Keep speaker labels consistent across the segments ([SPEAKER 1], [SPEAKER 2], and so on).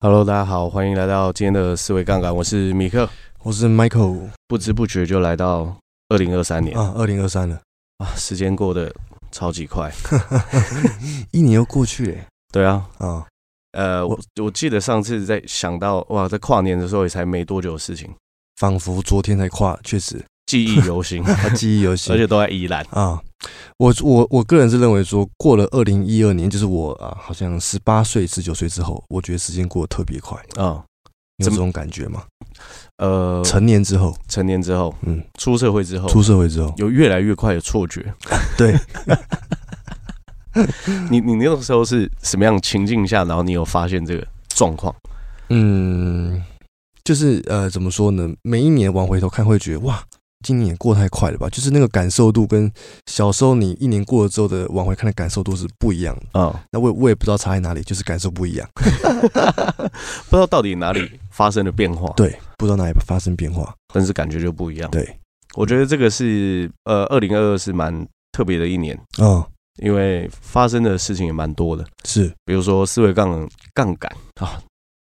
[SPEAKER 1] Hello，大家好，欢迎来到今天的思维杠杆，我是米克。
[SPEAKER 2] 我是 Michael
[SPEAKER 1] 不知不觉就来到二零二三年啊
[SPEAKER 2] 啊，二零二三了，
[SPEAKER 1] 时间过得超级快。
[SPEAKER 2] 一年又过去了
[SPEAKER 1] 对啊，
[SPEAKER 2] 啊，
[SPEAKER 1] 呃，我我记得上次在想到哇，在跨年的时候也才没多久的事情，
[SPEAKER 2] 仿佛昨天才跨，确实，
[SPEAKER 1] 记忆犹 新，
[SPEAKER 2] 他记忆犹
[SPEAKER 1] 而
[SPEAKER 2] 新
[SPEAKER 1] 且都在宜兰。
[SPEAKER 2] 啊。我我我个人是认为说，过了二零一二年，就是我啊，好像十八岁、十九岁之后，我觉得时间过得特别快，
[SPEAKER 1] 嗯，
[SPEAKER 2] 你有
[SPEAKER 1] 怎么
[SPEAKER 2] 这种感觉吗？
[SPEAKER 1] 呃，哦成
[SPEAKER 2] 成年之后，
[SPEAKER 1] 成年之后，
[SPEAKER 2] 嗯，
[SPEAKER 1] 出社会之后，
[SPEAKER 2] 出社会之后，
[SPEAKER 1] 有越来越快的错觉。
[SPEAKER 2] 对，
[SPEAKER 1] 你你那个时候是什么样的情境下，然后你有发现这个状况？
[SPEAKER 2] 嗯，就是呃，怎么说呢？每一年往回头看，会觉得哇，今年也过太快了吧？就是那个感受度跟小时候你一年过了之后的往回看的感受度是不一样的。
[SPEAKER 1] 嗯，
[SPEAKER 2] 那我也我也不知道差在哪里，就是感受不一样，
[SPEAKER 1] 不知道到底哪里发生了变化，
[SPEAKER 2] 对不知道哪里发生变化。
[SPEAKER 1] 但是感觉就不一样。
[SPEAKER 2] 对，
[SPEAKER 1] 我觉得这个是呃，二零二二是蛮特别的一年，
[SPEAKER 2] 嗯，
[SPEAKER 1] 因为发生的事情也蛮多的，
[SPEAKER 2] 是
[SPEAKER 1] 比如说思维杠杠杆啊，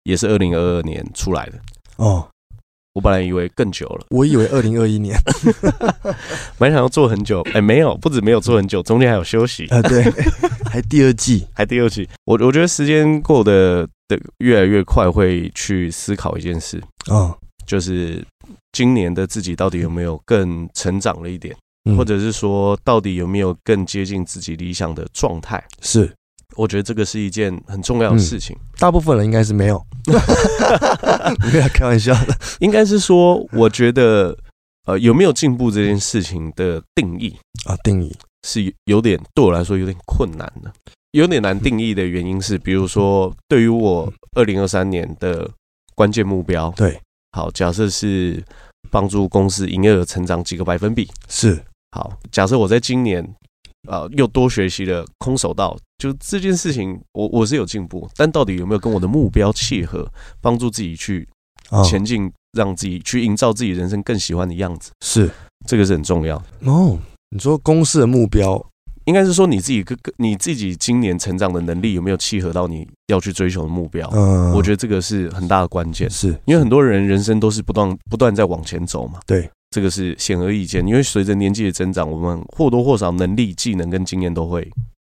[SPEAKER 1] 也是二零二二年出来的。
[SPEAKER 2] 哦，
[SPEAKER 1] 我本来以为更久了，
[SPEAKER 2] 我以为二零二一 年，
[SPEAKER 1] 本来想要做很久，哎、没有，不止没有做很久，中间还有休息，
[SPEAKER 2] 呃，对，还第二季，
[SPEAKER 1] 还第二期。我我觉得时间过得的越来越快，会去思考一件事，
[SPEAKER 2] 嗯，
[SPEAKER 1] 就是今年的自己到底有没有更成长了一点，
[SPEAKER 2] 嗯
[SPEAKER 1] 或者是说到底有没有更接近自己理想的状态。
[SPEAKER 2] 是
[SPEAKER 1] 我觉得这个是一件很重要的事情，
[SPEAKER 2] 大部分人应该是没 有，不要开玩笑的，
[SPEAKER 1] 应该是说，我觉得呃有没有进步这件事情的定义
[SPEAKER 2] 啊，定义，
[SPEAKER 1] 是有点对我来说有点困难的，有点难定义的原因是，比如说对于我二零二三年的关键目标，
[SPEAKER 2] 对，
[SPEAKER 1] 好，假设是帮助公司营业额成长几个百分比，
[SPEAKER 2] 是
[SPEAKER 1] 好，假设我在今年。呃，又多学习了空手道，就这件事情我，我是有进步，但到底有没有跟我的目标契合，帮助自己去
[SPEAKER 2] 啊，
[SPEAKER 1] 前进，让自己去营造自己人生更喜欢的样子，
[SPEAKER 2] 是
[SPEAKER 1] 这个是很重要。
[SPEAKER 2] 哦，你说公司的目标
[SPEAKER 1] 应该是说你自己个个你自己今年成长的能力有没有契合到你要去追求的目标？
[SPEAKER 2] 嗯，
[SPEAKER 1] 我觉得这个是很大的关键，
[SPEAKER 2] 是，
[SPEAKER 1] 因为很多人人生都是不断不断在往前走嘛。
[SPEAKER 2] 对，
[SPEAKER 1] 这个是显而易见，因为随着年纪的增长，我们或多或少能力、技能跟经验都会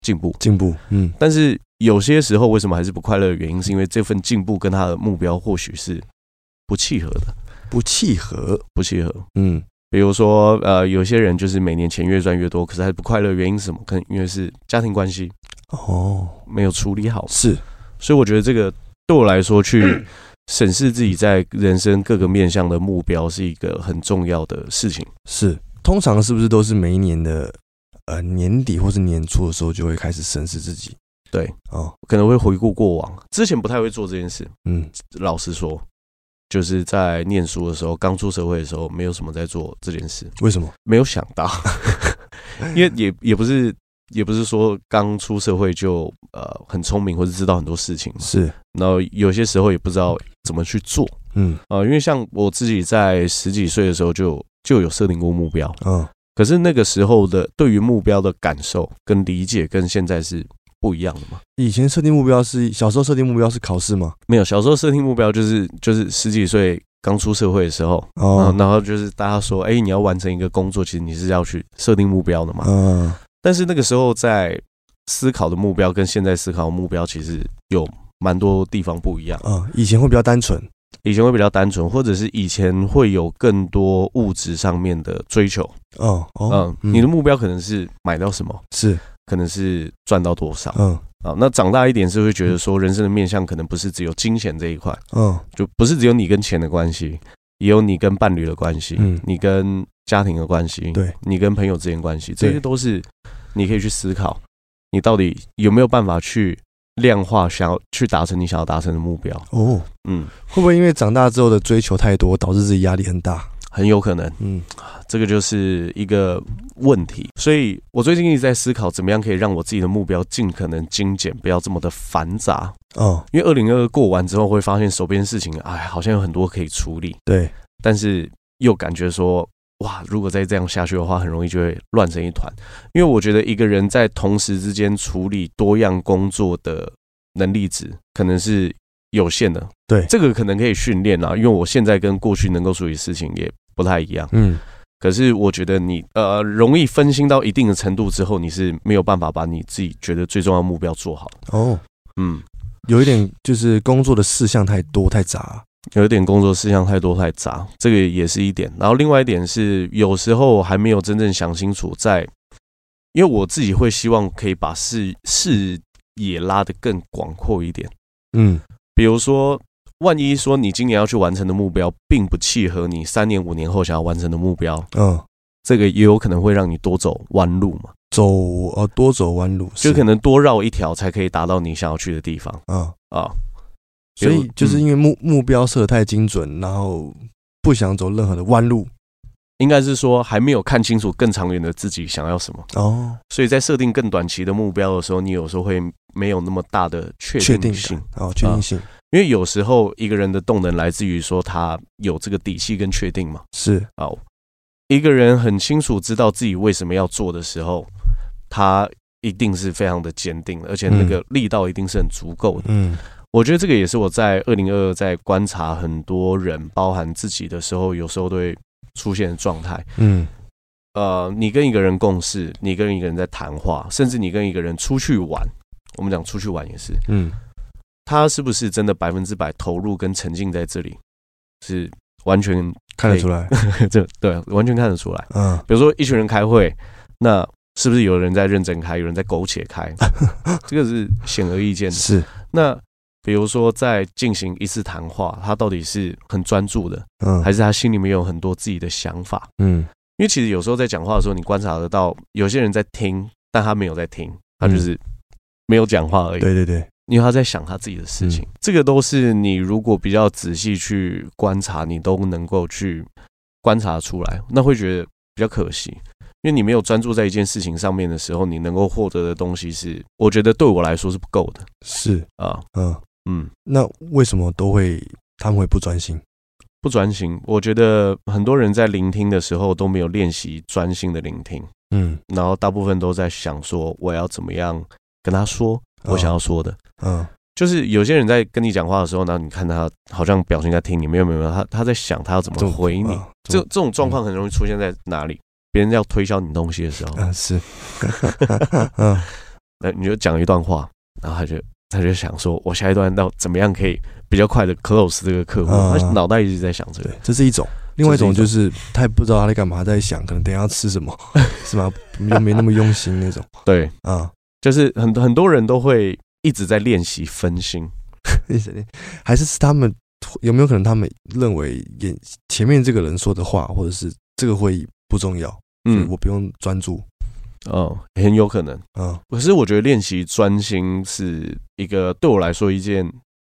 [SPEAKER 1] 进步。
[SPEAKER 2] 进步，嗯，
[SPEAKER 1] 但是有些时候为什么还是不快乐的原因，是因为这份进步跟他的目标或许是不契合的，
[SPEAKER 2] 不契合，
[SPEAKER 1] 不契合。
[SPEAKER 2] 嗯，
[SPEAKER 1] 比如说，呃，有些人就是每年钱越赚越多，可是他不快乐，原因是什么？可能因为是家庭关系
[SPEAKER 2] 哦，
[SPEAKER 1] 没有处理好。
[SPEAKER 2] 是
[SPEAKER 1] 所以我觉得这个对我来说，去审视自己在人生各个面向的目标是一个很重要的事情。
[SPEAKER 2] 是，通常是不是都是每一年的呃年底或是年初的时候就会开始审视自己？
[SPEAKER 1] 对，
[SPEAKER 2] 哦，
[SPEAKER 1] 可能会回顾过往，之前不太会做这件事。
[SPEAKER 2] 嗯，
[SPEAKER 1] 老实说，就是在念书的时候，刚出社会的时候，没有什么在做这件事，
[SPEAKER 2] 为什么？
[SPEAKER 1] 没有想到，因为也也不是。也不是说刚出社会就呃很聪明或者知道很多事情嘛，
[SPEAKER 2] 是，
[SPEAKER 1] 然后有些时候也不知道怎么去做
[SPEAKER 2] 嗯
[SPEAKER 1] 啊、呃因为像我自己在十几岁的时候就就有设定过目标，
[SPEAKER 2] 嗯，
[SPEAKER 1] 可是那个时候的对于目标的感受跟理解跟现在是不一样的嘛。
[SPEAKER 2] 以前设定目标是小时候设定目标是考试吗？
[SPEAKER 1] 没有，小时候设定目标就是就是十几岁刚出社会的时候，
[SPEAKER 2] 哦
[SPEAKER 1] 嗯，，然后就是大家说，哎，你要完成一个工作，其实你是要去设定目标的嘛。
[SPEAKER 2] 嗯，
[SPEAKER 1] 但是那个时候在思考的目标跟现在思考的目标其实有蛮多地方不一样。
[SPEAKER 2] 嗯，以前会比较单纯，
[SPEAKER 1] 以前会比较单纯，或者是以前会有更多物质上面的追求。
[SPEAKER 2] 哦哦，
[SPEAKER 1] 嗯，你的目标可能是买到什么，
[SPEAKER 2] 是，
[SPEAKER 1] 可能是赚到多少
[SPEAKER 2] 嗯
[SPEAKER 1] 啊。那长大一点是会觉得说，人生的面向可能不是只有金钱这一块，
[SPEAKER 2] 嗯
[SPEAKER 1] 就不是只有你跟钱的关系，也有你跟伴侣的关系，
[SPEAKER 2] 嗯
[SPEAKER 1] 你跟家庭的关系，
[SPEAKER 2] 对，
[SPEAKER 1] 你跟朋友之间的关系，这些
[SPEAKER 2] 对
[SPEAKER 1] 都是你可以去思考，你到底有没有办法去量化，想要去达成你想要达成的目标。
[SPEAKER 2] 哦，
[SPEAKER 1] 嗯，
[SPEAKER 2] 会不会因为长大之后的追求太多，导致自己压力很大？
[SPEAKER 1] 很有可能。
[SPEAKER 2] 嗯，
[SPEAKER 1] 这个就是一个问题。所以我最近一直在思考，怎么样可以让我自己的目标尽可能精简，不要这么的繁杂。
[SPEAKER 2] 哦，
[SPEAKER 1] 因为二零二过完之后，会发现手边事情，哎，好像有很多可以处理，
[SPEAKER 2] 对，
[SPEAKER 1] 但是又感觉说。哇，如果再这样下去的话，很容易就会乱成一团。因为我觉得一个人在同时之间处理多样工作的能力值，可能是有限的。
[SPEAKER 2] 对
[SPEAKER 1] 这个可能可以训练啊啦，因为我现在跟过去能够处理事情也不太一样。
[SPEAKER 2] 嗯，
[SPEAKER 1] 可是我觉得你呃容易分心到一定的程度之后，你是没有办法把你自己觉得最重要的目标做好的。
[SPEAKER 2] 哦，
[SPEAKER 1] 嗯，
[SPEAKER 2] 有一点就是工作的事项太多太杂，
[SPEAKER 1] 有一点工作事项太多太杂，这个也是一点。然后另外一点是，有时候还没有真正想清楚在，因为我自己会希望可以把视视野拉得更广阔一点。
[SPEAKER 2] 嗯
[SPEAKER 1] 比如说，万一说你今年要去完成的目标，并不契合你三年五年后想要完成的目标，
[SPEAKER 2] 嗯，
[SPEAKER 1] 这个也有可能会让你多走弯路嘛，
[SPEAKER 2] 走呃多走弯路，
[SPEAKER 1] 就是可能多绕一条才可以达到你想要去的地方
[SPEAKER 2] 啊，
[SPEAKER 1] 啊。
[SPEAKER 2] 所
[SPEAKER 1] 比
[SPEAKER 2] 以
[SPEAKER 1] 如
[SPEAKER 2] 就是
[SPEAKER 1] 嗯
[SPEAKER 2] 因为目目标设得太精准，然后不想走任何的弯路
[SPEAKER 1] 应该是说还没有看清楚更长远的自己想要什么。
[SPEAKER 2] 哦，
[SPEAKER 1] 所以在设定更短期的目标的时候，你有时候会没有那么大的确
[SPEAKER 2] 确
[SPEAKER 1] 定
[SPEAKER 2] 定
[SPEAKER 1] 性啊
[SPEAKER 2] 性，哦，确定性
[SPEAKER 1] 因为有时候一个人的动能来自于说他有这个底气跟确定嘛。
[SPEAKER 2] 是
[SPEAKER 1] 啊，一个人很清楚知道自己为什么要做的时候，他一定是非常的坚定的，而且那个力道一定是很足够的。
[SPEAKER 2] 嗯
[SPEAKER 1] 我觉得这个也是我在二零二二在观察很多人，包含自己的时候，有时候都会出现的状态。
[SPEAKER 2] 嗯
[SPEAKER 1] 呃，你跟一个人共事，你跟一个人在谈话，甚至你跟一个人出去玩，我们讲出去玩也是，
[SPEAKER 2] 嗯
[SPEAKER 1] 他是不是真的百分之百投入跟沉浸在这里，是完全
[SPEAKER 2] 看得出来，
[SPEAKER 1] 这对完全看得出来。
[SPEAKER 2] 嗯，
[SPEAKER 1] 比如说一群人开会，那是不是有人在认真开，有人在苟且开？ 这个是显而易见的。
[SPEAKER 2] 是
[SPEAKER 1] 那比如说在进行一次谈话，他到底是很专注的，
[SPEAKER 2] 嗯
[SPEAKER 1] 还是他心里面有很多自己的想法？
[SPEAKER 2] 嗯
[SPEAKER 1] 因为其实有时候在讲话的时候，你观察得到有些人在听，但他没有在听，他就是没有讲话而已，
[SPEAKER 2] 对对对，
[SPEAKER 1] 因为他在想他自己的事情。这个都是你如果比较仔细去观察，你都能够去观察出来，那会觉得比较可惜，因为你没有专注在一件事情上面的时候，你能够获得的东西是，我觉得对我来说是不够的
[SPEAKER 2] 是
[SPEAKER 1] 啊，
[SPEAKER 2] 嗯，
[SPEAKER 1] 嗯，
[SPEAKER 2] 那为什么都会他们会不专心？
[SPEAKER 1] 不专心。我觉得很多人在聆听的时候都没有练习专心的聆听。
[SPEAKER 2] 嗯，
[SPEAKER 1] 然后大部分都在想说我要怎么样跟他说我想要说的。
[SPEAKER 2] 嗯
[SPEAKER 1] 就是有些人在跟你讲话的时候，然后你看他好像表情在听你，没有没有，没有他他在想他要怎么回你。
[SPEAKER 2] 啊
[SPEAKER 1] 这这种状况很容易出现在哪里？别人要推销你东西的时候，
[SPEAKER 2] 嗯 是， 嗯
[SPEAKER 1] 那你就讲一段话，然后他就他就想说，我下一段要怎么样可以比较快的 close 这个客户？
[SPEAKER 2] 嗯
[SPEAKER 1] 他脑袋一直在想这个。
[SPEAKER 2] 对，这是一种。另外一种
[SPEAKER 1] 这
[SPEAKER 2] 就是他也不知道他在干嘛，他在想可能等一下要吃什么， 是吗？又没那么用心那种
[SPEAKER 1] 对，
[SPEAKER 2] 啊。
[SPEAKER 1] 就是很很多人都会一直在练习分心。
[SPEAKER 2] 还是是他们有没有可能他们认为眼前面这个人说的话，或者是这个会议不重要，所以
[SPEAKER 1] 嗯
[SPEAKER 2] 我，不用专注
[SPEAKER 1] 哦，很有可能。
[SPEAKER 2] 啊。
[SPEAKER 1] 可是我觉得练习专心是一个对我来说一件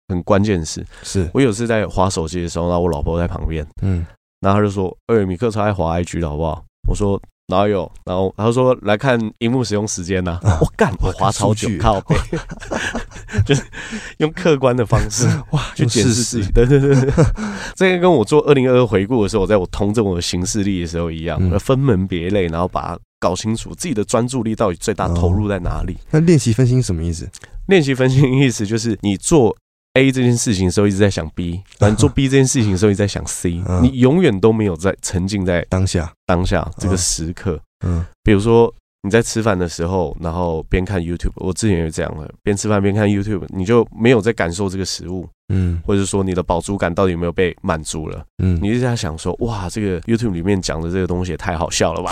[SPEAKER 1] 很关键的事。
[SPEAKER 2] 是，
[SPEAKER 1] 我有次在划手机的时候，然后我老婆在旁边，
[SPEAKER 2] 嗯
[SPEAKER 1] 然后她就说：“哎、米克超爱划 IG 的好不好？”我说：“哪有？”然后她说：“来看荧幕使用时间呐、
[SPEAKER 2] 啊
[SPEAKER 1] 我干，我
[SPEAKER 2] 哇
[SPEAKER 1] 划超久
[SPEAKER 2] 看数，据
[SPEAKER 1] 靠 背，就是用客观的方式
[SPEAKER 2] 哇，
[SPEAKER 1] 去
[SPEAKER 2] 用
[SPEAKER 1] 检视
[SPEAKER 2] 事
[SPEAKER 1] 自
[SPEAKER 2] 实
[SPEAKER 1] 己。对对对对，这个跟我做二零二二回顾的时候，我在我通证我的行事历的时候一样，
[SPEAKER 2] 嗯
[SPEAKER 1] 我分门别类，然后把它搞清楚自己的专注力到底最
[SPEAKER 2] 哦
[SPEAKER 1] 大投入在哪里。
[SPEAKER 2] 那练习分心什么意思？
[SPEAKER 1] 练习分心意思就是你做 A 这件事情的时候一直在想 B，然后你做 B 这件事情的时候一直在想 C，
[SPEAKER 2] 嗯
[SPEAKER 1] 你永远都没有在沉浸在
[SPEAKER 2] 当下，
[SPEAKER 1] 当下这个
[SPEAKER 2] 嗯
[SPEAKER 1] 时刻。
[SPEAKER 2] 嗯
[SPEAKER 1] 比如说你在吃饭的时候，然后边看 YouTube，我之前也这样的，边吃饭边看 YouTube，你就没有在感受这个食物，
[SPEAKER 2] 嗯
[SPEAKER 1] 或者说你的饱足感到底有没有被满足了。
[SPEAKER 2] 嗯，
[SPEAKER 1] 你一直在想说，哇，这个 YouTube 里面讲的这个东西也太好笑了吧！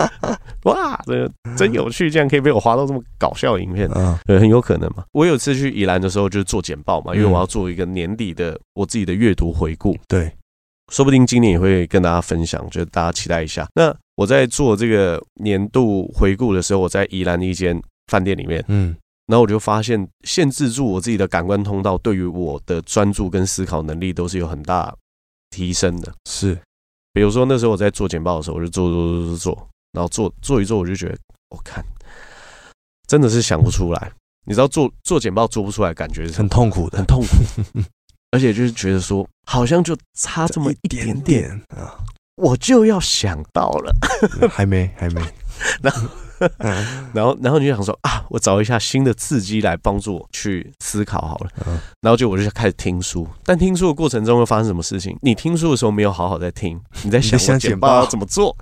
[SPEAKER 1] 哇，这个真有趣，竟然可以被我划到这么搞笑的影片。
[SPEAKER 2] 啊
[SPEAKER 1] 呃，很有可能嘛。我有次去宜兰的时候，就是做简报嘛，因为
[SPEAKER 2] 嗯
[SPEAKER 1] 我要做一个年底的我自己的阅读回顾，
[SPEAKER 2] 对，
[SPEAKER 1] 说不定今年也会跟大家分享，就大家期待一下。那我在做这个年度回顾的时候，我在宜兰的一间饭店里面，
[SPEAKER 2] 嗯
[SPEAKER 1] 然后我就发现限制住我自己的感官通道，对于我的专注跟思考能力都是有很大提升的。
[SPEAKER 2] 是，
[SPEAKER 1] 比如说那时候我在做简报的时候，我就做做做做做，然后做做一做，我就觉得我看真的是想不出来。你知道做做简报做不出来，感觉是什
[SPEAKER 2] 很
[SPEAKER 1] 么
[SPEAKER 2] 痛苦的
[SPEAKER 1] 很，痛苦，而且就是觉得说好像就差这么一点点，
[SPEAKER 2] 啊，
[SPEAKER 1] 我就要想到了，
[SPEAKER 2] 还没还没，嗯
[SPEAKER 1] 然后然后你就想说啊，我找一下新的刺激来帮助我去思考好了。
[SPEAKER 2] 嗯
[SPEAKER 1] 然后就我就开始听书，但听书的过程中会发生什么事情？你听书的时候没有好好在听，你在想
[SPEAKER 2] 你在想
[SPEAKER 1] 我
[SPEAKER 2] 简
[SPEAKER 1] 简
[SPEAKER 2] 报
[SPEAKER 1] 报要怎么做？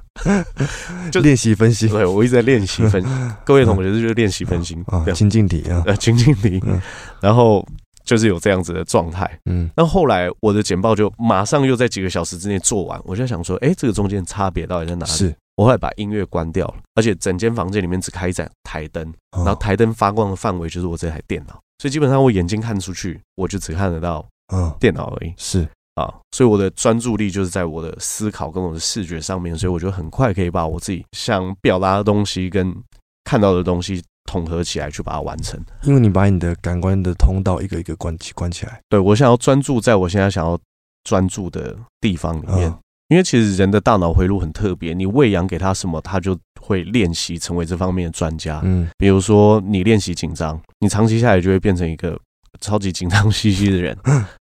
[SPEAKER 1] 就
[SPEAKER 2] 练习分析
[SPEAKER 1] 对，我一直在练习 分，各位同学就是练习分心，
[SPEAKER 2] 啊
[SPEAKER 1] 这，样
[SPEAKER 2] 情境题啊，
[SPEAKER 1] 呃，情境题
[SPEAKER 2] 嗯，
[SPEAKER 1] 然后就是有这样子的状态。
[SPEAKER 2] 嗯
[SPEAKER 1] 那后来我的简报就马上又在几个小时之内做完，我就想说，哎、这个中间差别到底在哪里？
[SPEAKER 2] 是，
[SPEAKER 1] 我后来把音乐关掉了，而且整间房间里面只开一盏台灯，
[SPEAKER 2] 然
[SPEAKER 1] 然后台灯发光的范围就是我这台电脑，所以基本上我眼睛看出去，我就只看得到
[SPEAKER 2] 嗯
[SPEAKER 1] 电脑而已
[SPEAKER 2] 是
[SPEAKER 1] 啊。所以我的专注力就是在我的思考跟我的视觉上面，所以我就很快可以把我自己想表达的东西跟看到的东西统合起来，去把它完成。
[SPEAKER 2] 因为你把你的感官的通道一个一个关起关起来，
[SPEAKER 1] 对我想要专注在我现在想要专注的地方里面
[SPEAKER 2] 嗯，
[SPEAKER 1] 因为其实人的大脑回路很特别，你喂养给他什么，他就会练习成为这方面的专家。
[SPEAKER 2] 嗯
[SPEAKER 1] 比如说你练习紧张，你长期下来就会变成一个超级紧张兮兮的人；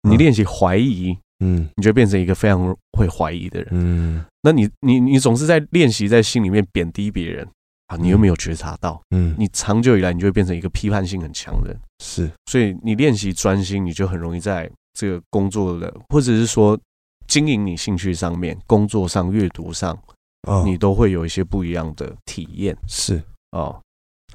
[SPEAKER 1] 你练习怀疑，
[SPEAKER 2] 嗯
[SPEAKER 1] 你就变成一个非常会怀疑的人。
[SPEAKER 2] 嗯
[SPEAKER 1] 那你你你总是在练习在心里面贬低别人啊，你又没有觉察到，
[SPEAKER 2] 嗯，
[SPEAKER 1] 你长久以来你就会变成一个批判性很强的人。
[SPEAKER 2] 是
[SPEAKER 1] 所以你练习专心，你就很容易在这个工作的，或者是说经营你兴趣上面、工作上、阅读上，
[SPEAKER 2] 哦
[SPEAKER 1] 你都会有一些不一样的体验
[SPEAKER 2] 是
[SPEAKER 1] 哦。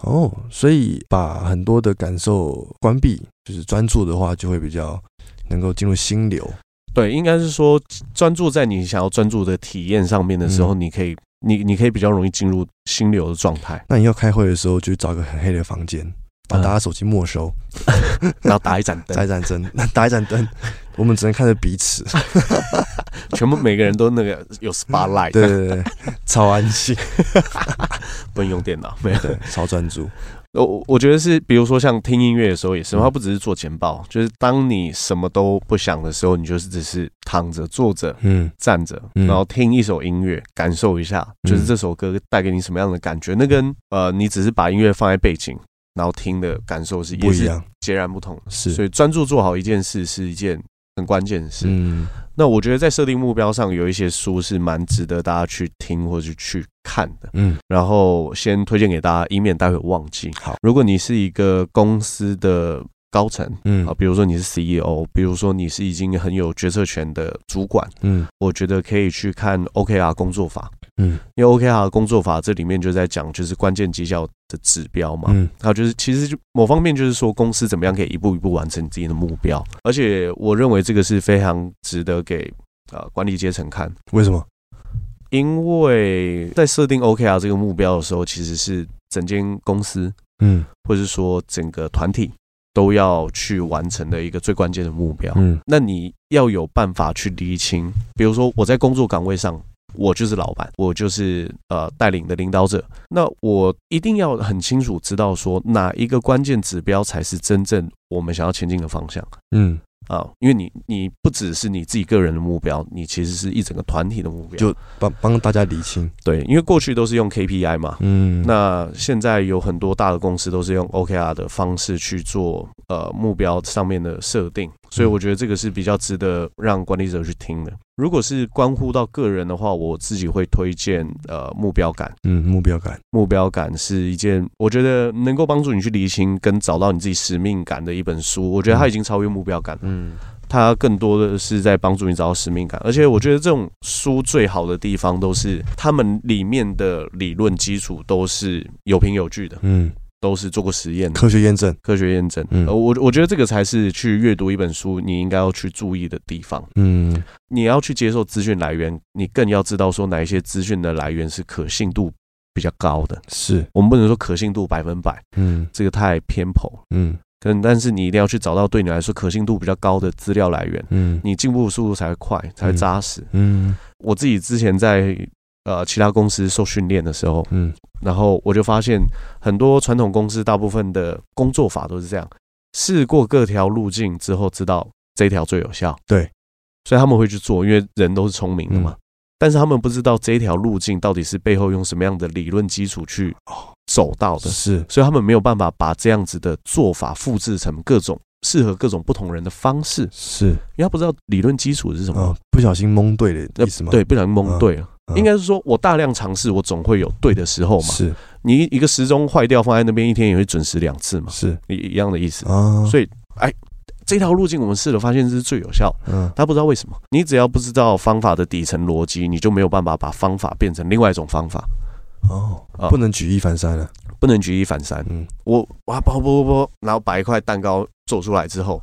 [SPEAKER 2] 哦，所以把很多的感受关闭，就是专注的话，就会比较能够进入心流，
[SPEAKER 1] 对，应该是说专注在你想要专注的体验上面的时候，
[SPEAKER 2] 嗯
[SPEAKER 1] 你可以，你你可以比较容易进入心流的状 态，
[SPEAKER 2] 那你要开会的时候，就找一个很黑的房间，把
[SPEAKER 1] 嗯
[SPEAKER 2] 大家手机没收，
[SPEAKER 1] 然后打一盏灯，
[SPEAKER 2] 打一盏 灯，打一盏灯，我们只能看着彼 此。
[SPEAKER 1] 全部每个人都那个有 spotlight，
[SPEAKER 2] 对对对，对超安心，
[SPEAKER 1] 不能用电脑， 没有。
[SPEAKER 2] 对，超专注。
[SPEAKER 1] 我我我觉得是，比如说像听音乐的时候也是，
[SPEAKER 2] 嗯
[SPEAKER 1] 它不只是做简报，就是当你什么都不想的时候，你就是只是躺着、坐着、
[SPEAKER 2] 嗯
[SPEAKER 1] 站着，
[SPEAKER 2] 嗯
[SPEAKER 1] 然后听一首音乐，感受一下，
[SPEAKER 2] 嗯
[SPEAKER 1] 就是这首歌带给你什么样的感觉。那跟呃，你只是把音乐放在背景，然后听的感受是
[SPEAKER 2] 不
[SPEAKER 1] 也
[SPEAKER 2] 一
[SPEAKER 1] 是
[SPEAKER 2] 样，
[SPEAKER 1] 截然不同的。所
[SPEAKER 2] 是，
[SPEAKER 1] 以专注做好一件事是一件很关键的事。
[SPEAKER 2] 嗯
[SPEAKER 1] 那我觉得在设定目标上，有一些书是蛮值得大家去听或者去看的。
[SPEAKER 2] 嗯，
[SPEAKER 1] 然后先推荐给大家，以免待会忘记。
[SPEAKER 2] 好，
[SPEAKER 1] 如果你是一个公司的高层
[SPEAKER 2] 嗯
[SPEAKER 1] 啊，比如说你是 CEO，比如说你是已经很有决策权的主管，
[SPEAKER 2] 嗯
[SPEAKER 1] 我觉得可以去看 OKR 工作法，
[SPEAKER 2] 嗯
[SPEAKER 1] 因为 OKR 工作法这里面就在讲就是关键绩效的指标嘛。
[SPEAKER 2] 嗯
[SPEAKER 1] 还有就是，其实就某方面就是说，公司怎么样可以一步一步完成你自己的目标，而且我认为这个是非常值得给呃管理阶层看，
[SPEAKER 2] 为什么？
[SPEAKER 1] 因为在设定 OKR 这个目标的时候，其实是整间公司
[SPEAKER 2] 嗯
[SPEAKER 1] 或者是说整个团体都要去完成的一个最关键的目标。
[SPEAKER 2] 嗯
[SPEAKER 1] 那你要有办法去厘清，比如说我在工作岗位上，我就是老板，我就是呃带领的领导者，那我一定要很清楚知道说哪一个关键指标才是真正我们想要前进的方向
[SPEAKER 2] 嗯，
[SPEAKER 1] 啊，因为你你不只是你自己个人的目标，你其实是一整个团体的目标。
[SPEAKER 2] 就帮帮大家理清。
[SPEAKER 1] 对，因为过去都是用 KPI 嘛，
[SPEAKER 2] 嗯，
[SPEAKER 1] 那现在有很多大的公司都是用 OKR 的方式去做呃目标上面的设定，所以我觉得这个是比较值得让管理者去听的。如果是关乎到个人的话，我自己会推荐呃目标感。
[SPEAKER 2] 嗯，目标感。
[SPEAKER 1] 目标感是一件我觉得能够帮助你去厘清跟找到你自己使命感的一本书。我觉得它已经超越目标感了，
[SPEAKER 2] 嗯
[SPEAKER 1] 它更多的是在帮助你找到使命感。而且我觉得这种书最好的地方都是他们里面的理论基础都是有凭有据的。
[SPEAKER 2] 嗯，
[SPEAKER 1] 都是做过实验的，
[SPEAKER 2] 科学验证。
[SPEAKER 1] 科学验证。
[SPEAKER 2] 嗯
[SPEAKER 1] 呃，我我觉得这个才是去阅读一本书你应该要去注意的地方。
[SPEAKER 2] 嗯
[SPEAKER 1] 你要去接受资讯来源，你更要知道说哪一些资讯的来源是可信度比较高的。
[SPEAKER 2] 是。
[SPEAKER 1] 我们不能说可信度百分百，
[SPEAKER 2] 嗯
[SPEAKER 1] 这个太偏颇。
[SPEAKER 2] 嗯
[SPEAKER 1] 但但是你一定要去找到对你来说可信度比较高的资料来源，
[SPEAKER 2] 嗯
[SPEAKER 1] 你进步的速度才会快，才会扎实。
[SPEAKER 2] 嗯
[SPEAKER 1] 我自己之前在呃其他公司受训练的时候，
[SPEAKER 2] 嗯
[SPEAKER 1] 然后我就发现很多传统公司大部分的工作法都是这样，试过各条路径之后，知道这条最有效，
[SPEAKER 2] 对，嗯
[SPEAKER 1] 所以他们会去做，因为人都是聪明的嘛。但是他们不知道这条路径到底是背后用什么样的理论基础去
[SPEAKER 2] 哦
[SPEAKER 1] 走到的，
[SPEAKER 2] 是。
[SPEAKER 1] 所以他们没有办法把这样子的做法复制成各种适合各种不同人的方式，
[SPEAKER 2] 是
[SPEAKER 1] 因为他不知道理论基础是什么。
[SPEAKER 2] 啊、不小心蒙对的
[SPEAKER 1] 呃
[SPEAKER 2] 意思吗？，
[SPEAKER 1] 对，不小心蒙
[SPEAKER 2] 嗯
[SPEAKER 1] 对了。
[SPEAKER 2] 嗯
[SPEAKER 1] 应该是说我大量尝试，我总会有对的时候嘛。
[SPEAKER 2] 是
[SPEAKER 1] 你一个时钟坏掉放在那边一天也会准时两次嘛，
[SPEAKER 2] 是
[SPEAKER 1] 一一样的意思。
[SPEAKER 2] 啊，
[SPEAKER 1] 所以，哎，这条路径我们试了，发现是最有效。
[SPEAKER 2] 嗯
[SPEAKER 1] 他不知道为什么，你只要不知道方法的底层逻辑，你就没有办法把方法变成另外一种方法，
[SPEAKER 2] 哦
[SPEAKER 1] 啊，
[SPEAKER 2] 不能举一反三了，
[SPEAKER 1] 不能举一反三。
[SPEAKER 2] 嗯，
[SPEAKER 1] 我哇，啵啵啵，然后把一块蛋糕做出来之后，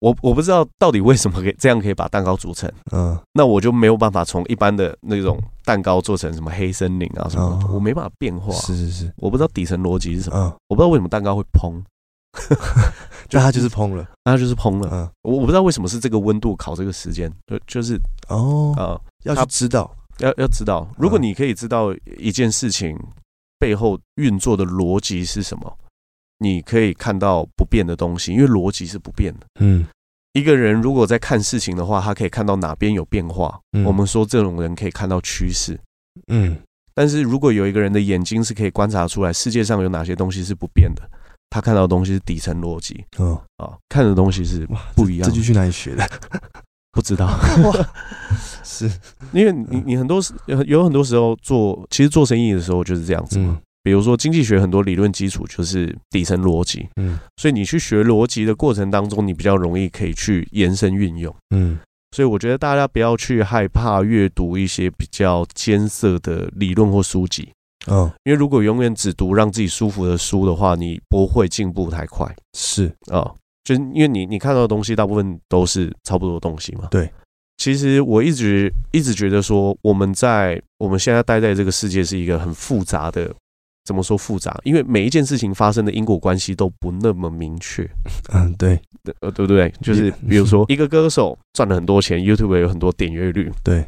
[SPEAKER 1] 我我不知道到底为什么可以这样可以把蛋糕煮成，
[SPEAKER 2] 嗯
[SPEAKER 1] 那我就没有办法从一般的那种蛋糕做成什么黑森林啊什么的，
[SPEAKER 2] 哦
[SPEAKER 1] 我没办法变化。
[SPEAKER 2] 是是是，
[SPEAKER 1] 我不知道底层逻辑是什么，
[SPEAKER 2] 嗯，
[SPEAKER 1] 我不知道为什么蛋糕会蓬，
[SPEAKER 2] 但他就是碰了，
[SPEAKER 1] 那它就是蓬了。
[SPEAKER 2] 嗯
[SPEAKER 1] 我我不知道为什么是这个温度烤这个时间，就就是
[SPEAKER 2] 哦，
[SPEAKER 1] 啊、呃
[SPEAKER 2] 要去
[SPEAKER 1] 他
[SPEAKER 2] 知道，
[SPEAKER 1] 要要知道，如果
[SPEAKER 2] 嗯
[SPEAKER 1] 你可以知道一件事情背后运作的逻辑是什么，你可以看到不变的东西，因为逻辑是不变的。
[SPEAKER 2] 嗯，
[SPEAKER 1] 一个人如果在看事情的话，他可以看到哪边有变化。
[SPEAKER 2] 嗯
[SPEAKER 1] 我们说这种人可以看到趋势，
[SPEAKER 2] 嗯
[SPEAKER 1] 但是如果有一个人的眼睛是可以观察出来世界上有哪些东西是不变的，他看到的东西是底层逻辑
[SPEAKER 2] 哦，
[SPEAKER 1] 啊，看的东西是
[SPEAKER 2] 哇，
[SPEAKER 1] 不一样
[SPEAKER 2] 这
[SPEAKER 1] 的。
[SPEAKER 2] 句去哪里 学的？
[SPEAKER 1] 不知道，
[SPEAKER 2] 是，
[SPEAKER 1] 因为你你很多时有有很多时候做，其实做生意的时候就是这样子嘛。
[SPEAKER 2] 嗯
[SPEAKER 1] 比如说经济学很多理论基础就是底层逻辑，
[SPEAKER 2] 嗯
[SPEAKER 1] 所以你去学逻辑的过程当中，你比较容易可以去延伸运用。
[SPEAKER 2] 嗯
[SPEAKER 1] 所以我觉得大家不要去害怕阅读一些比较艰涩的理论或书籍，
[SPEAKER 2] 哦，
[SPEAKER 1] 因为如果永远只读让自己舒服的书的话，你不会进步太快
[SPEAKER 2] 是，
[SPEAKER 1] 啊、就是因为你你看到的东西大部分都是差不多的东西嘛。
[SPEAKER 2] 对，
[SPEAKER 1] 其实我一直一直觉得说，我们在我们现在待在这个世界是一个很复杂的，怎么说复杂？因为每一件事情发生的因果关系都不那么明确，
[SPEAKER 2] 嗯，对
[SPEAKER 1] 呃，对不对？就是比 如说，一个歌手赚了很多钱，YouTube 有很多点阅率，
[SPEAKER 2] 对，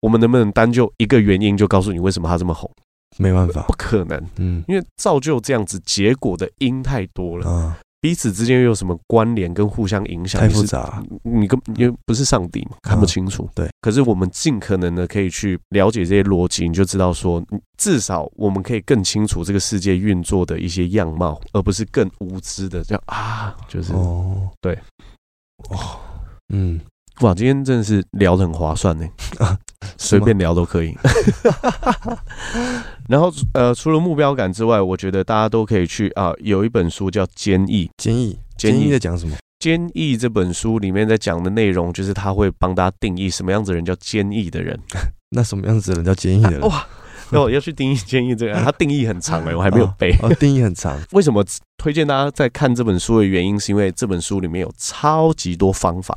[SPEAKER 1] 我们能不能单就一个原因就告诉你为什么他这么红？
[SPEAKER 2] 没办法
[SPEAKER 1] 不，可能，
[SPEAKER 2] 嗯
[SPEAKER 1] 因为造就这样子结果的因太多了，
[SPEAKER 2] 啊，
[SPEAKER 1] 彼此之间又有什么关联跟互相影响？
[SPEAKER 2] 太
[SPEAKER 1] 你是
[SPEAKER 2] 复杂了，
[SPEAKER 1] 你根因为不是上帝嘛，看不清楚。
[SPEAKER 2] 啊对，
[SPEAKER 1] 可是我们尽可能的可以去了解这些逻辑，你就知道说，嗯至少我们可以更清楚这个世界运作的一些样貌，而不是更无知的这样啊，就是、
[SPEAKER 2] 哦，
[SPEAKER 1] 对，
[SPEAKER 2] 哦，嗯，
[SPEAKER 1] 哇，今天真的是聊得很划算 呢，随便聊都可以。 然后呃，除了目标感之外，我觉得大家都可以去啊、有一本书叫《坚毅》，
[SPEAKER 2] 建议
[SPEAKER 1] 建
[SPEAKER 2] 建
[SPEAKER 1] 议
[SPEAKER 2] 议在讲什么？
[SPEAKER 1] 坚毅这本书里面在讲的内容，就是他会帮大家定义什么样子的人叫坚毅的人。
[SPEAKER 2] 那什么样子的人叫坚毅的人？
[SPEAKER 1] 啊哇， 那我要去定义坚毅这个，它定义很长哎、我还没有背。
[SPEAKER 2] 哦，定义很长，
[SPEAKER 1] 为什么推荐大家在看这本书的原因，是因为这本书里面有超级多方法，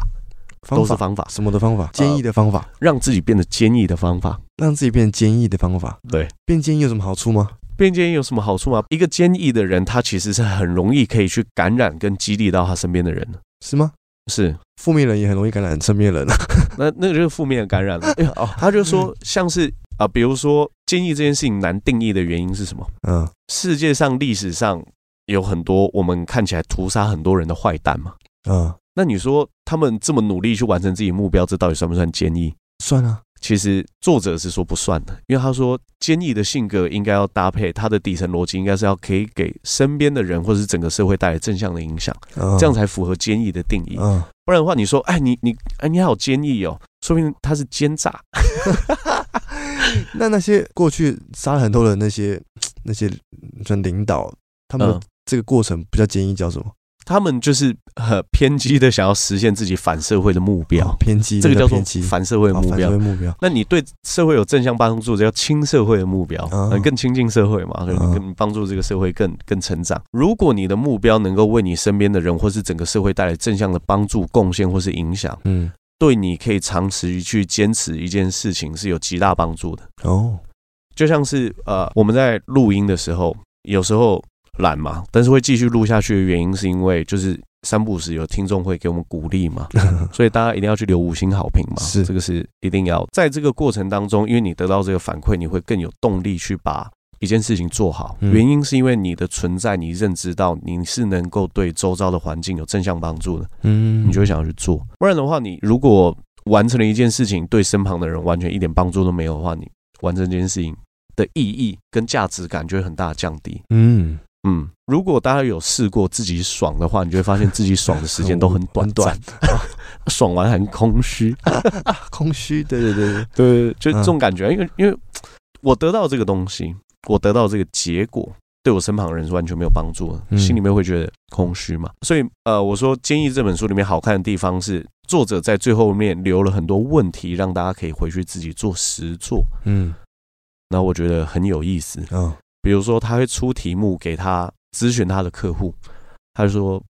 [SPEAKER 2] 方
[SPEAKER 1] 都是
[SPEAKER 2] 法
[SPEAKER 1] 方法，呃
[SPEAKER 2] 什么的方法？坚毅的方法，
[SPEAKER 1] 让自己变得坚毅的方法。
[SPEAKER 2] 让自己变坚毅的方法，
[SPEAKER 1] 对，
[SPEAKER 2] 变坚毅有什么好处吗？
[SPEAKER 1] 变坚毅有什么好处吗？一个坚毅的人，他其实是很容易可以去感染跟激励到他身边的人的。
[SPEAKER 2] 是吗？
[SPEAKER 1] 是，
[SPEAKER 2] 负面人也很容易感染正面人啊。
[SPEAKER 1] 那那就是负面的感染了。哎呀，哦，他就说像是啊、比如说坚毅这件事情难定义的原因是什么？
[SPEAKER 2] 嗯，
[SPEAKER 1] 世界上历史上有很多我们看起来屠杀很多人的坏蛋嘛。
[SPEAKER 2] 嗯，
[SPEAKER 1] 那你说他们这么努力去完成自己目标，这到底算不算坚毅？
[SPEAKER 2] 算啊，
[SPEAKER 1] 其实作者是说不算的，因为他说坚毅的性格应该要搭配他的底层逻辑，应该是要可以给身边的人或者是整个社会带来正向的影响，
[SPEAKER 2] 嗯
[SPEAKER 1] 这样才符合坚毅的定义。
[SPEAKER 2] 嗯，
[SPEAKER 1] 不然的话，你说，哎，你你哎，你好坚毅哦，说明他是奸诈。
[SPEAKER 2] 那那些过去杀了很多人那些那些算领导，他们
[SPEAKER 1] 嗯
[SPEAKER 2] 这个过程比较坚毅，叫什么？
[SPEAKER 1] 他们就是很偏激的想要实现自己反社会的目标，
[SPEAKER 2] 哦偏激，
[SPEAKER 1] 这个叫做
[SPEAKER 2] 偏激
[SPEAKER 1] 反社会的
[SPEAKER 2] 哦
[SPEAKER 1] 目
[SPEAKER 2] 反
[SPEAKER 1] 标
[SPEAKER 2] 社会。目标。
[SPEAKER 1] 那你对社会有正向帮助，这叫亲社会的目标，
[SPEAKER 2] 嗯
[SPEAKER 1] 嗯，更亲近社会嘛，
[SPEAKER 2] 嗯
[SPEAKER 1] 更更帮助这个社会更更成长。如果你的目标能够为你身边的人或是整个社会带来正向的帮助、贡献或是影响，
[SPEAKER 2] 嗯，
[SPEAKER 1] 对你可以长期去坚持一件事情是有极大帮助的。
[SPEAKER 2] 哦，
[SPEAKER 1] 就像是呃，我们在录音的时候，有时候懒嘛，但是会继续录下去的原因是因为就是。三不五时有听众会给我们鼓励嘛，所以大家一定要去留五星好评嘛，
[SPEAKER 2] 是
[SPEAKER 1] 这个是一定要在这个过程当中，因为你得到这个反馈，你会更有动力去把一件事情做好。
[SPEAKER 2] 嗯
[SPEAKER 1] 原因是因为你的存在，你认知到你是能够对周遭的环境有正向帮助的，
[SPEAKER 2] 嗯，
[SPEAKER 1] 你就会想要去做。不然的话，你如果完成了一件事情，对身旁的人完全一点帮助都没有的话，你完成这件事情的意义跟价值感就会很大地降低。
[SPEAKER 2] 嗯，
[SPEAKER 1] 嗯，如果大家有试过自己爽的话，你就会发现自己爽的时间都很 短暂
[SPEAKER 2] 短，，
[SPEAKER 1] 爽完很空虚。
[SPEAKER 2] 空虚。对对对对，
[SPEAKER 1] 对，就这种感觉，啊因为因为我得到这个东西，我得到这个结果，对我身旁的人是完全没有帮助的，
[SPEAKER 2] 嗯
[SPEAKER 1] 心里面会觉得空虚嘛。所以呃，我说《坚毅》这本书里面好看的地方是，作者在最后面留了很多问题，让大家可以回去自己做实做。
[SPEAKER 2] 嗯
[SPEAKER 1] 那我觉得很有意思，
[SPEAKER 2] 嗯
[SPEAKER 1] 比如说他会出题目给他咨询他的客户，他就说：“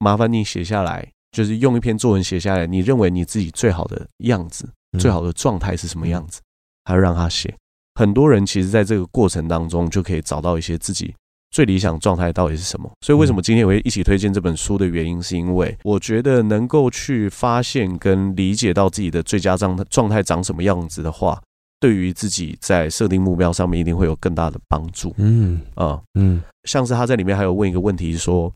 [SPEAKER 1] 麻烦你写下来，就是用一篇作文写下来，你认为你自己最好的样子。”
[SPEAKER 2] 嗯
[SPEAKER 1] 最好的状态是什么样子，还要让他写。很多人其实在这个过程当中就可以找到一些自己最理想状态到底是什么。所以为什么今天我会一起推荐这本书的原因，是因为我觉得能够去发现跟理解到自己的最佳状态状态长什么样子的话，对于自己在设定目标上面一定会有更大的帮助
[SPEAKER 2] 嗯
[SPEAKER 1] 啊、
[SPEAKER 2] 嗯
[SPEAKER 1] 像是他在里面还有问一个问题说，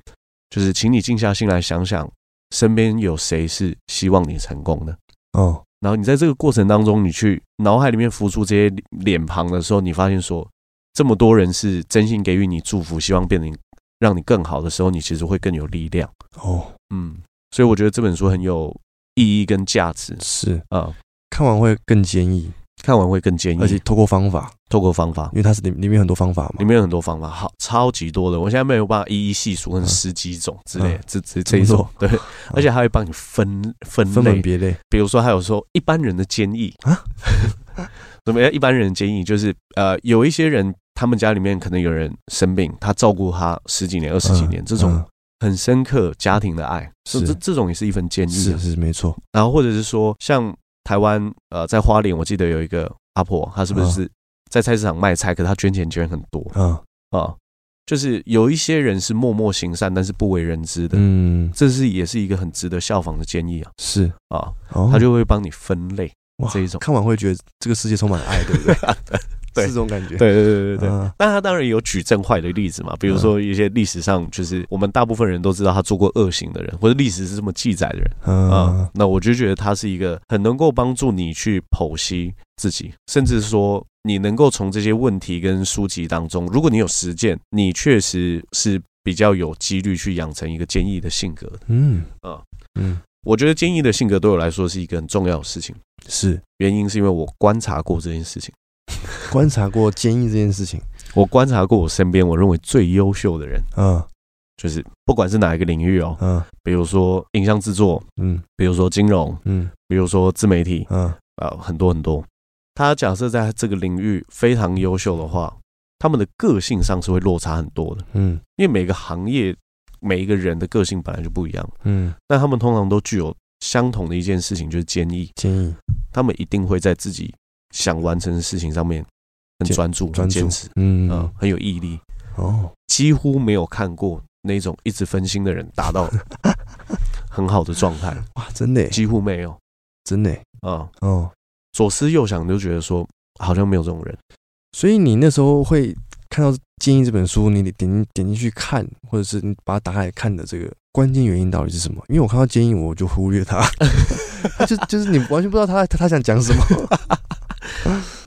[SPEAKER 1] 就是请你静下心来想想，身边有谁是希望你成功的。
[SPEAKER 2] 哦
[SPEAKER 1] 然后你在这个过程当中，你去脑海里面浮出这些脸庞的时候，你发现说，这么多人是真心给予你祝福，希望变得你让你更好的时候，你其实会更有力量。
[SPEAKER 2] 哦
[SPEAKER 1] 嗯，所以我觉得这本书很有意义跟价值
[SPEAKER 2] 是，
[SPEAKER 1] 啊、
[SPEAKER 2] 看完会更坚毅，
[SPEAKER 1] 看完会更建议，
[SPEAKER 2] 而且透过方法，
[SPEAKER 1] 透过方法
[SPEAKER 2] 因，为它是里里面很多方法
[SPEAKER 1] 里
[SPEAKER 2] 嘛，
[SPEAKER 1] 面有很多方法，好，超级多的，我现在没有办法一一细数，可能十几种之类的，这这这一
[SPEAKER 2] 嗯
[SPEAKER 1] 种
[SPEAKER 2] 这么多， 嗯
[SPEAKER 1] 对，而且还会帮你分分
[SPEAKER 2] 分
[SPEAKER 1] 类
[SPEAKER 2] 门，别类。
[SPEAKER 1] 比如说，还有说一般人的建议啊
[SPEAKER 2] 啊，
[SPEAKER 1] 怎么样？一般人的建议就是，呃，有一些人他们家里面可能有人生病，他照顾他十几年、二十几年，
[SPEAKER 2] 嗯
[SPEAKER 1] 这种
[SPEAKER 2] 嗯
[SPEAKER 1] 很深刻家庭的爱，这
[SPEAKER 2] 是
[SPEAKER 1] 这这种也是一份建议
[SPEAKER 2] 是
[SPEAKER 1] 啊。
[SPEAKER 2] 是没错，
[SPEAKER 1] 然后或者是说，像台湾呃，在花莲，我记得有一个阿婆，她是不
[SPEAKER 2] 嗯
[SPEAKER 1] 是在菜市场卖菜？可她捐钱捐很多
[SPEAKER 2] 嗯
[SPEAKER 1] 啊，就是有一些人是默默行善，但是不为人知的，
[SPEAKER 2] 嗯
[SPEAKER 1] 这是也是一个很值得效仿的建议啊
[SPEAKER 2] 是，
[SPEAKER 1] 啊，
[SPEAKER 2] 哦
[SPEAKER 1] 他就会帮你分类。
[SPEAKER 2] 哇
[SPEAKER 1] 这一种
[SPEAKER 2] 看完会觉得这个世界充满爱，对不 对？
[SPEAKER 1] 对
[SPEAKER 2] 是这种感觉。
[SPEAKER 1] 对对对对嗯对。
[SPEAKER 2] 嗯
[SPEAKER 1] 但他当然也有举证坏的例子嘛，比如说一些历史上，就是我们大部分人都知道他做过恶行的人，或者历史是这么记载的人啊、
[SPEAKER 2] 嗯
[SPEAKER 1] 那我就觉得他是一个很能够帮助你去剖析自己，甚至说你能够从这些问题跟书籍当中，如果你有实践，你确实是比较有几率去养成一个坚毅的性格的。
[SPEAKER 2] 嗯
[SPEAKER 1] 啊
[SPEAKER 2] 嗯
[SPEAKER 1] 我觉得坚毅的性格对我来说是一个很重要的事情，
[SPEAKER 2] 是
[SPEAKER 1] 原因是因为我观察过这件事情，
[SPEAKER 2] 观察过坚毅这件事情，
[SPEAKER 1] 我观察过我身边我认为最优秀的人。
[SPEAKER 2] 嗯
[SPEAKER 1] 就是不管是哪一个领域哦，
[SPEAKER 2] 嗯
[SPEAKER 1] 比如说影像制作，
[SPEAKER 2] 嗯
[SPEAKER 1] 比如说金融，
[SPEAKER 2] 嗯
[SPEAKER 1] 比如说自媒体，
[SPEAKER 2] 嗯
[SPEAKER 1] 呃，很多很多。他假设在这个领域非常优秀的话，他们的个性上是会落差很多的，
[SPEAKER 2] 嗯
[SPEAKER 1] 因为每个行业每一个人的个性本来就不一样，
[SPEAKER 2] 嗯，
[SPEAKER 1] 但他们通常都具有相同的一件事情，就是坚毅。
[SPEAKER 2] 坚毅
[SPEAKER 1] 他们一定会在自己想完成的事情上面很
[SPEAKER 2] 坚
[SPEAKER 1] 专注、
[SPEAKER 2] 专
[SPEAKER 1] 很
[SPEAKER 2] 注
[SPEAKER 1] 坚持，，
[SPEAKER 2] 嗯
[SPEAKER 1] 嗯，很有毅力。
[SPEAKER 2] 哦，
[SPEAKER 1] 几乎没有看过那种一直分心的人达 到很好的状态，
[SPEAKER 2] 哇，真的耶
[SPEAKER 1] 几乎没有
[SPEAKER 2] 真的耶，
[SPEAKER 1] 啊、
[SPEAKER 2] 哦，
[SPEAKER 1] 左思右想就觉得说，好像没有这种 人。
[SPEAKER 2] 所以你那时候会看到《建议》这本书，你得点进点进去看，或者是你把它打开来看的这个关键原因到底是什么？因为我看到《建议》，我就忽略它， 就就是你完全不知道他他他想讲什么。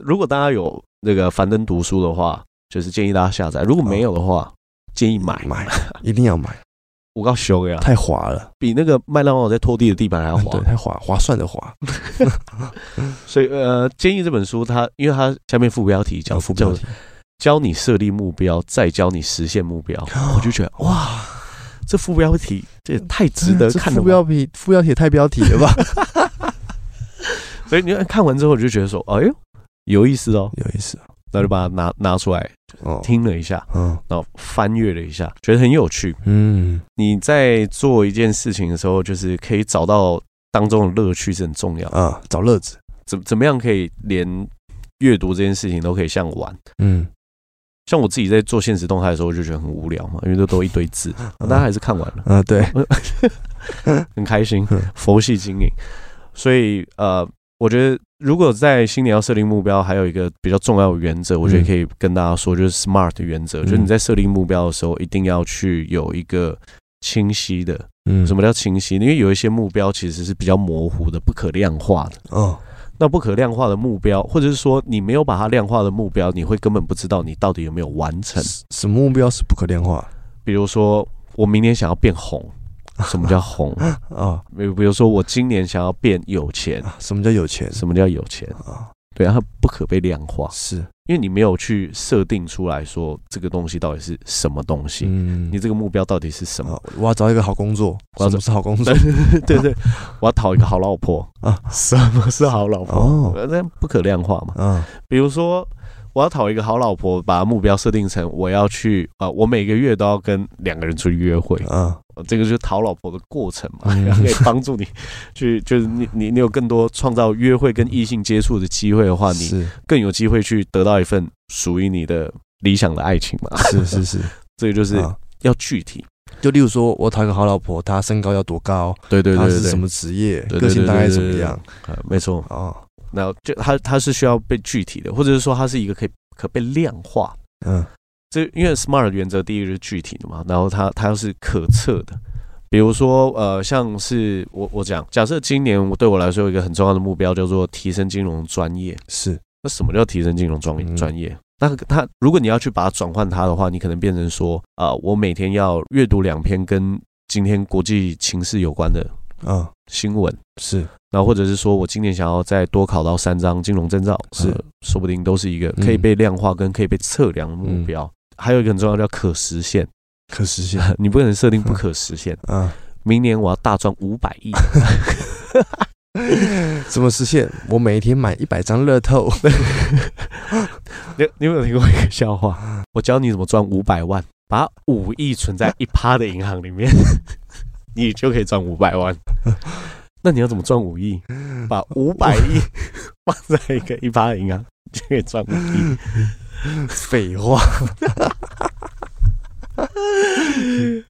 [SPEAKER 1] 如果大家有那个樊登读书的话，就是建议大家下载；如果没有的话，建议买。
[SPEAKER 2] 买，一定要买，
[SPEAKER 1] 我告诉 你啊，
[SPEAKER 2] 太划了，
[SPEAKER 1] 比那个麦当劳在拖地的地板还要滑
[SPEAKER 2] 对，。太划划算的划。
[SPEAKER 1] 所以呃，建议这本书它，因为它下面副标题
[SPEAKER 2] 讲
[SPEAKER 1] 叫
[SPEAKER 2] 副标
[SPEAKER 1] 叫
[SPEAKER 2] 题，
[SPEAKER 1] 教你设立目标，再教你实现目标， 我就觉得哇，
[SPEAKER 2] 哇，
[SPEAKER 1] 这副标题嗯这也太值得
[SPEAKER 2] 这
[SPEAKER 1] 看了
[SPEAKER 2] 副
[SPEAKER 1] 吧。
[SPEAKER 2] 标题副标题也太标题了吧？
[SPEAKER 1] 所以你看完之后，你就觉得说，哎呦，有意思哦，
[SPEAKER 2] 有意思
[SPEAKER 1] 那就把它拿拿出来
[SPEAKER 2] 嗯哦，
[SPEAKER 1] 听了一下，
[SPEAKER 2] 嗯
[SPEAKER 1] 然后翻阅了一下，觉得很有趣。
[SPEAKER 2] 嗯
[SPEAKER 1] 你在做一件事情的时候，就是可以找到当中的乐趣是很重要的。
[SPEAKER 2] 啊，找乐子，
[SPEAKER 1] 怎怎么样可以连阅读这件事情都可以像玩？
[SPEAKER 2] 嗯，
[SPEAKER 1] 像我自己在做现实动态的时候，我就觉得很无聊嘛，因为都都一堆字，但还是看完了，
[SPEAKER 2] 嗯对，
[SPEAKER 1] 很开心
[SPEAKER 2] 嗯，
[SPEAKER 1] 佛系经营。所以呃，我觉得如果在新年要设定目标，还有一个比较重要的原则，我觉得
[SPEAKER 2] 嗯
[SPEAKER 1] 可以跟大家说，就是 SMART 原则，就是你
[SPEAKER 2] 嗯
[SPEAKER 1] 在设定目标的时候，一定要去有一个清晰的
[SPEAKER 2] 嗯
[SPEAKER 1] 什么叫清晰？因为有一些目标其实是比较模糊的、不可量化的。
[SPEAKER 2] 哦
[SPEAKER 1] 那不可量化的目标，或者是说你没有把它量化的目标，你会根本不知道你到底有没有完成。
[SPEAKER 2] 什什么目标是不可量化
[SPEAKER 1] 比如说，我明年想要变红，什么叫 红？
[SPEAKER 2] 啊？
[SPEAKER 1] 比如比如说，我今年想要变有钱，
[SPEAKER 2] 啊什么叫有钱
[SPEAKER 1] 什么叫有钱？
[SPEAKER 2] 啊？
[SPEAKER 1] 对啊，它不可被量化，
[SPEAKER 2] 是，
[SPEAKER 1] 因为你没有去设定出来说这个东西到底是什么东西，
[SPEAKER 2] 嗯
[SPEAKER 1] 你这个目标到底是什么？
[SPEAKER 2] 啊，我要找一个好工作，
[SPEAKER 1] 我要
[SPEAKER 2] 什
[SPEAKER 1] 找
[SPEAKER 2] 么是好工 作
[SPEAKER 1] 对对 对，我要讨一个好老婆
[SPEAKER 2] 啊
[SPEAKER 1] 啊！什么 是好老婆？
[SPEAKER 2] 哦，
[SPEAKER 1] 那不可量化嘛。
[SPEAKER 2] 啊
[SPEAKER 1] 比如说，我要讨一个好老婆，把目标设定成我要去啊、呃我每个月都要跟两个人出去约会，
[SPEAKER 2] 啊，
[SPEAKER 1] 呃这个就是讨老婆的过程嘛，
[SPEAKER 2] 嗯
[SPEAKER 1] 然 后可以帮助你去，就是你你你有更多创造约会跟异性接触的机会的话，你
[SPEAKER 2] 是
[SPEAKER 1] 更有机会去得到一份属于你的理想的爱情嘛。
[SPEAKER 2] 是是 是，
[SPEAKER 1] 这个就是
[SPEAKER 2] 啊
[SPEAKER 1] 要具体，
[SPEAKER 2] 就例如说，我讨一个好老婆，她身高要多高，
[SPEAKER 1] 对对
[SPEAKER 2] 她
[SPEAKER 1] 对
[SPEAKER 2] 是
[SPEAKER 1] 对
[SPEAKER 2] 什
[SPEAKER 1] 对，
[SPEAKER 2] 么职业，
[SPEAKER 1] 对对
[SPEAKER 2] 个性大概怎么
[SPEAKER 1] 对对对
[SPEAKER 2] 样
[SPEAKER 1] 呃没错。
[SPEAKER 2] 啊？
[SPEAKER 1] 那就它它是需要被具体的，或者是说它是一个可以可被量化。
[SPEAKER 2] 嗯，
[SPEAKER 1] 这因为 SMART 的原则第一个就是具体的嘛，然后它它又是可测的。比如说，呃，像是我我讲，假设今年我对我来说有一个很重要的目标，叫做提升金融专业。
[SPEAKER 2] 是
[SPEAKER 1] 那什么叫提升金融专
[SPEAKER 2] 嗯
[SPEAKER 1] 专业？那它如果你要去把它转换它的话，你可能变成说，啊、我每天要阅读两篇跟今天国际情势有关的
[SPEAKER 2] 啊，
[SPEAKER 1] 新闻，
[SPEAKER 2] 是
[SPEAKER 1] 然后或者是说我今年想要再多考到三张金融证照，
[SPEAKER 2] 是
[SPEAKER 1] 呃说不定都是一个
[SPEAKER 2] 嗯
[SPEAKER 1] 可以被量化跟可以被测量的目标。还有一个很重要叫可实现，
[SPEAKER 2] 可 实现
[SPEAKER 1] 你不能设定不可实现。
[SPEAKER 2] 啊？
[SPEAKER 1] 明年我要大赚五百亿，
[SPEAKER 2] 怎么实现？我每天买一百张乐透，
[SPEAKER 1] 你你有没有听过一个笑话？我教你怎么赚五百万，把五亿存在一趴的银行里面， 你就可以赚五百万。那你要怎么赚五亿？把五百亿放在一个一趴的银行，就可以赚五亿。
[SPEAKER 2] 废话，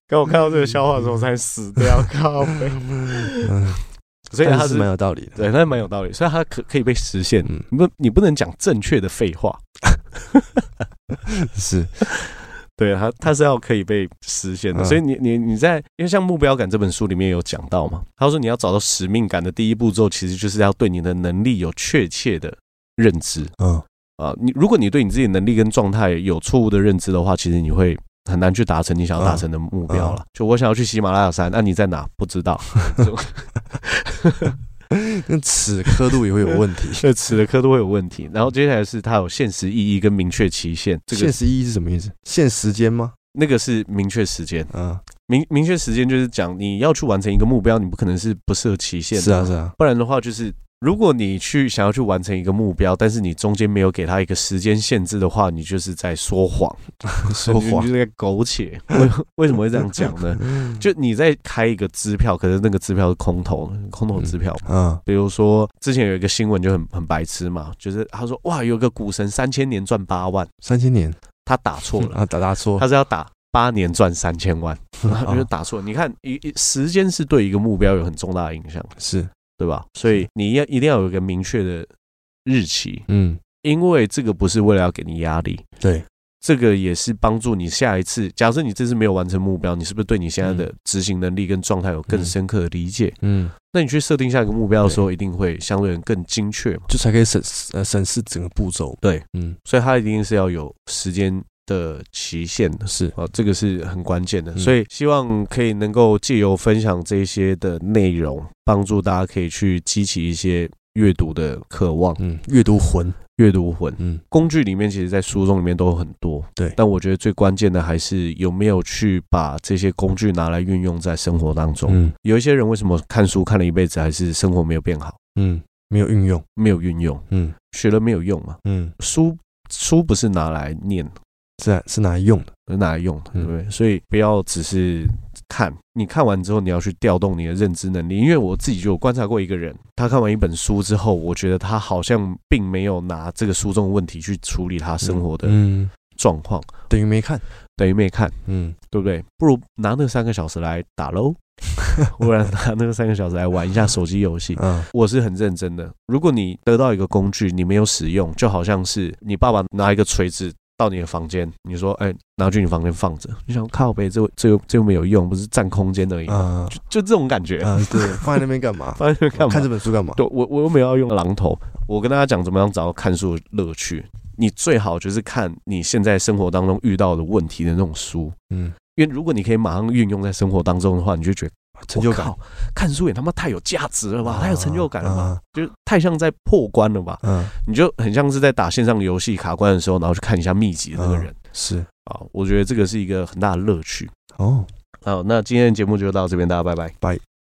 [SPEAKER 1] 刚我看到这个笑话的时候，我才死掉，靠北！
[SPEAKER 2] 嗯，
[SPEAKER 1] 所以
[SPEAKER 2] 但
[SPEAKER 1] 它
[SPEAKER 2] 是
[SPEAKER 1] 是
[SPEAKER 2] 蛮有道理的。
[SPEAKER 1] 对，它是蛮有道理，所以它可可以被实现。
[SPEAKER 2] 嗯，
[SPEAKER 1] 你不，你不能讲正确的废话，
[SPEAKER 2] 是
[SPEAKER 1] 对它，它是要可以被实现的。
[SPEAKER 2] 嗯
[SPEAKER 1] 所以你你你在，因为像《目标感》这本书里面有讲到嘛，他说你要找到使命感的第一步骤，其实就是要对你的能力有确切的认知
[SPEAKER 2] 嗯，
[SPEAKER 1] 啊。你如果你对你自己的能力跟状态有错误的认知的话，其实你会。很难去达成你想要达成的目标了。就我想要去喜马拉雅山，那、你在哪？不知道。
[SPEAKER 2] 那齿刻度也会有问题。
[SPEAKER 1] 这齿的科都会有问题。然后接下来是它有现实意义跟明确期限， 这
[SPEAKER 2] 限
[SPEAKER 1] 个
[SPEAKER 2] 时意义是什么意思？限时间吗？
[SPEAKER 1] 那个是明确时间，
[SPEAKER 2] 啊，
[SPEAKER 1] 明明确时间就是讲你要去完成一个目标，你不可能是不设期限的，
[SPEAKER 2] 是啊是啊，
[SPEAKER 1] 不然的话就是。如果你去想要去完成一个目标，但是你中间没有给他一个时间限制的话，你就是在说 谎，
[SPEAKER 2] 说
[SPEAKER 1] 你
[SPEAKER 2] 谎嗯
[SPEAKER 1] 你就是在苟且。 为为什么会这样讲呢？就你在开一个支票，可是那个支票是空头，空头支票嘛
[SPEAKER 2] 啊，
[SPEAKER 1] 比如说，之前有一个新闻就很很白痴嘛，就是他说哇，有个股神三千年赚八万，
[SPEAKER 2] 三千年
[SPEAKER 1] 他打错了，
[SPEAKER 2] 啊，打打错啊
[SPEAKER 1] 他是要打八年赚三千万，然后就打错了。你看，一一时间是对一个目标有很重大的影响，
[SPEAKER 2] 是，
[SPEAKER 1] 对吧？所以你要一定要有一个明确的日期，
[SPEAKER 2] 嗯，
[SPEAKER 1] 因为这个不是为了要给你压力，
[SPEAKER 2] 对，
[SPEAKER 1] 这个也是帮助你下一次。假设你这次没有完成目标，你是不是对你现在的执行能力跟状态有更
[SPEAKER 2] 嗯
[SPEAKER 1] 深刻的理解？
[SPEAKER 2] 嗯，
[SPEAKER 1] 那你去设定下一个目标的时候，一定会相对更精确嘛？
[SPEAKER 2] 就才可以审呃审视整个步骤。
[SPEAKER 1] 对，
[SPEAKER 2] 嗯，
[SPEAKER 1] 所以它一定是要有时间的期限的。
[SPEAKER 2] 是，
[SPEAKER 1] 哦，这个是很关键的，
[SPEAKER 2] 嗯
[SPEAKER 1] 所以希望可以能够借由分享这些的内容，帮助大家可以去激起一些阅读的渴望、
[SPEAKER 2] 嗯，阅读魂，
[SPEAKER 1] 阅读魂。
[SPEAKER 2] 嗯，
[SPEAKER 1] 工具里面其实，在书中里面都有很多，
[SPEAKER 2] 对
[SPEAKER 1] 但我觉得最关键的还是有没有去把这些工具拿来运用在生活当中。
[SPEAKER 2] 嗯
[SPEAKER 1] 有一些人为什么看书看了一辈子，还是生活没有变好，
[SPEAKER 2] 嗯，没有运用，
[SPEAKER 1] 没有运用，
[SPEAKER 2] 嗯
[SPEAKER 1] 学了没有用嘛？
[SPEAKER 2] 嗯，
[SPEAKER 1] 书书不是拿来念
[SPEAKER 2] 是啊是拿来用的，
[SPEAKER 1] 是拿来用的，对
[SPEAKER 2] 嗯
[SPEAKER 1] 不对？所以不要只是看，你看完之后你要去调动你的认知能力。因为我自己就有观察过一个人，他看完一本书之后，我觉得他好像并没有拿这个书中的问题去处理他生活的
[SPEAKER 2] 嗯，
[SPEAKER 1] 状况，
[SPEAKER 2] 等于没看，
[SPEAKER 1] 等于没看，
[SPEAKER 2] 嗯，
[SPEAKER 1] 对不对？不如拿那三个小时来打喽， 不然拿那个三个小时来玩一下手机游戏。
[SPEAKER 2] 啊，
[SPEAKER 1] 我是很认真的。如果你得到一个工具，你没有使用，就好像是你爸爸拿一个锤子到你的房间，你说哎、拿去你房间放着，你想靠背，这这又这又没有用，不是占空间而已，
[SPEAKER 2] 啊
[SPEAKER 1] 就这种感觉。
[SPEAKER 2] 啊，对，放在那边干嘛？
[SPEAKER 1] 反正 干嘛
[SPEAKER 2] 看这本书干嘛？
[SPEAKER 1] 对我我又没有要用榔头，我跟大家讲怎么样找到看书的乐趣。你最好就是看你现在生活当中遇到的问题的那种书，
[SPEAKER 2] 嗯，
[SPEAKER 1] 因为如果你可以马上运用在生活当中的话，你就觉得
[SPEAKER 2] 成就感
[SPEAKER 1] 我靠看书也他妈太有价值了吧，太有成就感了吧，
[SPEAKER 2] 啊
[SPEAKER 1] 就是太像在破关了吧，
[SPEAKER 2] 嗯，
[SPEAKER 1] 你就很像是在打线上游戏卡关的时候，然后去看一下秘籍的那个人
[SPEAKER 2] 是
[SPEAKER 1] 啊，我觉得这个是一个很大的乐趣。
[SPEAKER 2] 哦。
[SPEAKER 1] 好，那今天的节目就到这边，大家拜拜。
[SPEAKER 2] 拜。